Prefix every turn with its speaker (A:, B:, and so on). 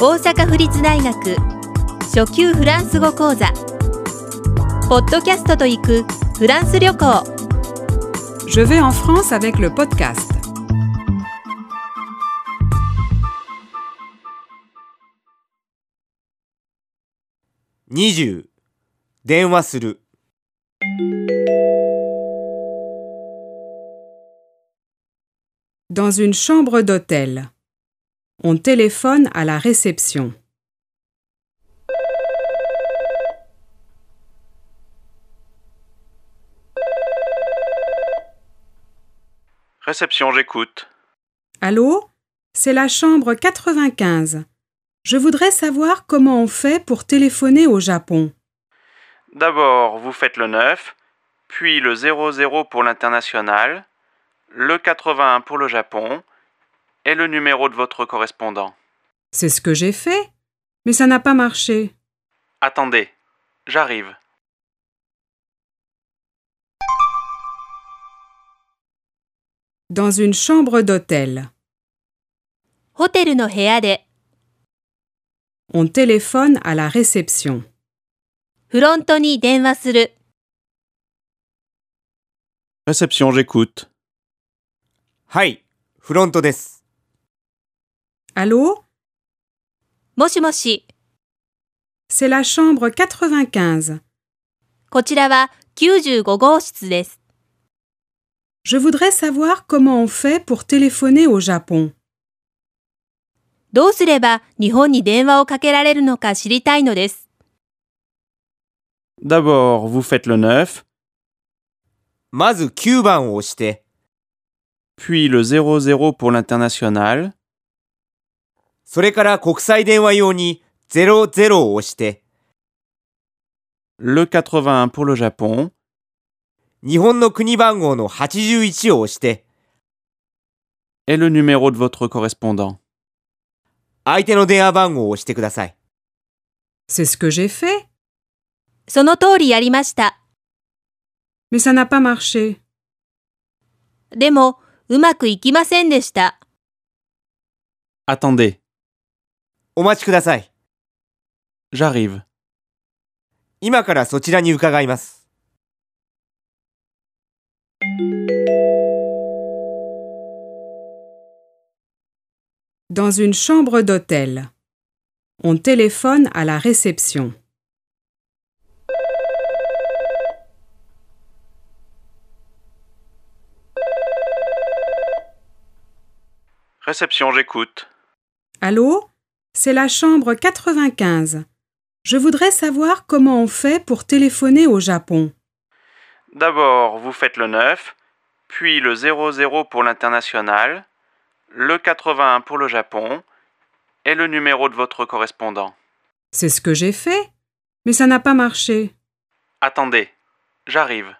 A: 大阪府立大学初級フランス語講座ポッドキャストと行くフランス旅行
B: Je vais en France avec le podcast.
C: 20電話する
B: Dans une chambre d'hôtel. On téléphone à la réception.
D: réception, j'écoute.
B: Allô C'est la chambre 95. Je voudrais savoir comment on fait pour téléphoner au Japon.
D: D'abord, vous faites le 9, puis le 00 pour l'international, le 81 pour le Japon et le numéro de votre correspondant.
B: C'est ce que j'ai fait, mais ça n'a pas marché.
D: Attendez, j'arrive.
B: Dans une chambre d'hôtel.
A: ホテルの部屋で
B: On téléphone à la réception.
A: フロントに電話する
D: Réception, j'écoute.
C: はいフロントです
B: Allô
A: もしもし
B: C'est la chambre 95.
A: こちらは95号室です
B: Je voudrais savoir comment on fait pour téléphoner au Japon.
A: どうすれば日本に電話をかけられるのか知りたいのです
D: D'abord, vous faites le 9,
C: まず9番を押して
D: puis le 00 pour l'international,
C: それから国際電話用に00を押して、
D: le 81 pour le Japon
C: 日本の国番号の81を押して、
D: et le numéro de votre correspondant.
C: 相手の電話番号を押してください。
B: C'est ce que j'ai fait,
A: その通りやりました。
B: mais ça n'a pas marché.
A: でも、うまくいきませんでした。
D: Attendez,
C: お待ちください。
D: j'arrive.
C: 今からそちらに伺います。
B: Dans une chambre d'hôtel. On téléphone à la réception.
D: （Réception, j'écoute.
B: Allô C'est la chambre 95. Je voudrais savoir comment on fait pour téléphoner au Japon.
D: D'abord, vous faites le 9, puis le 00 pour l'international, le 81 pour le Japon et le numéro de votre correspondant.
B: C'est ce que j'ai fait, mais ça n'a pas marché.
D: Attendez, j'arrive.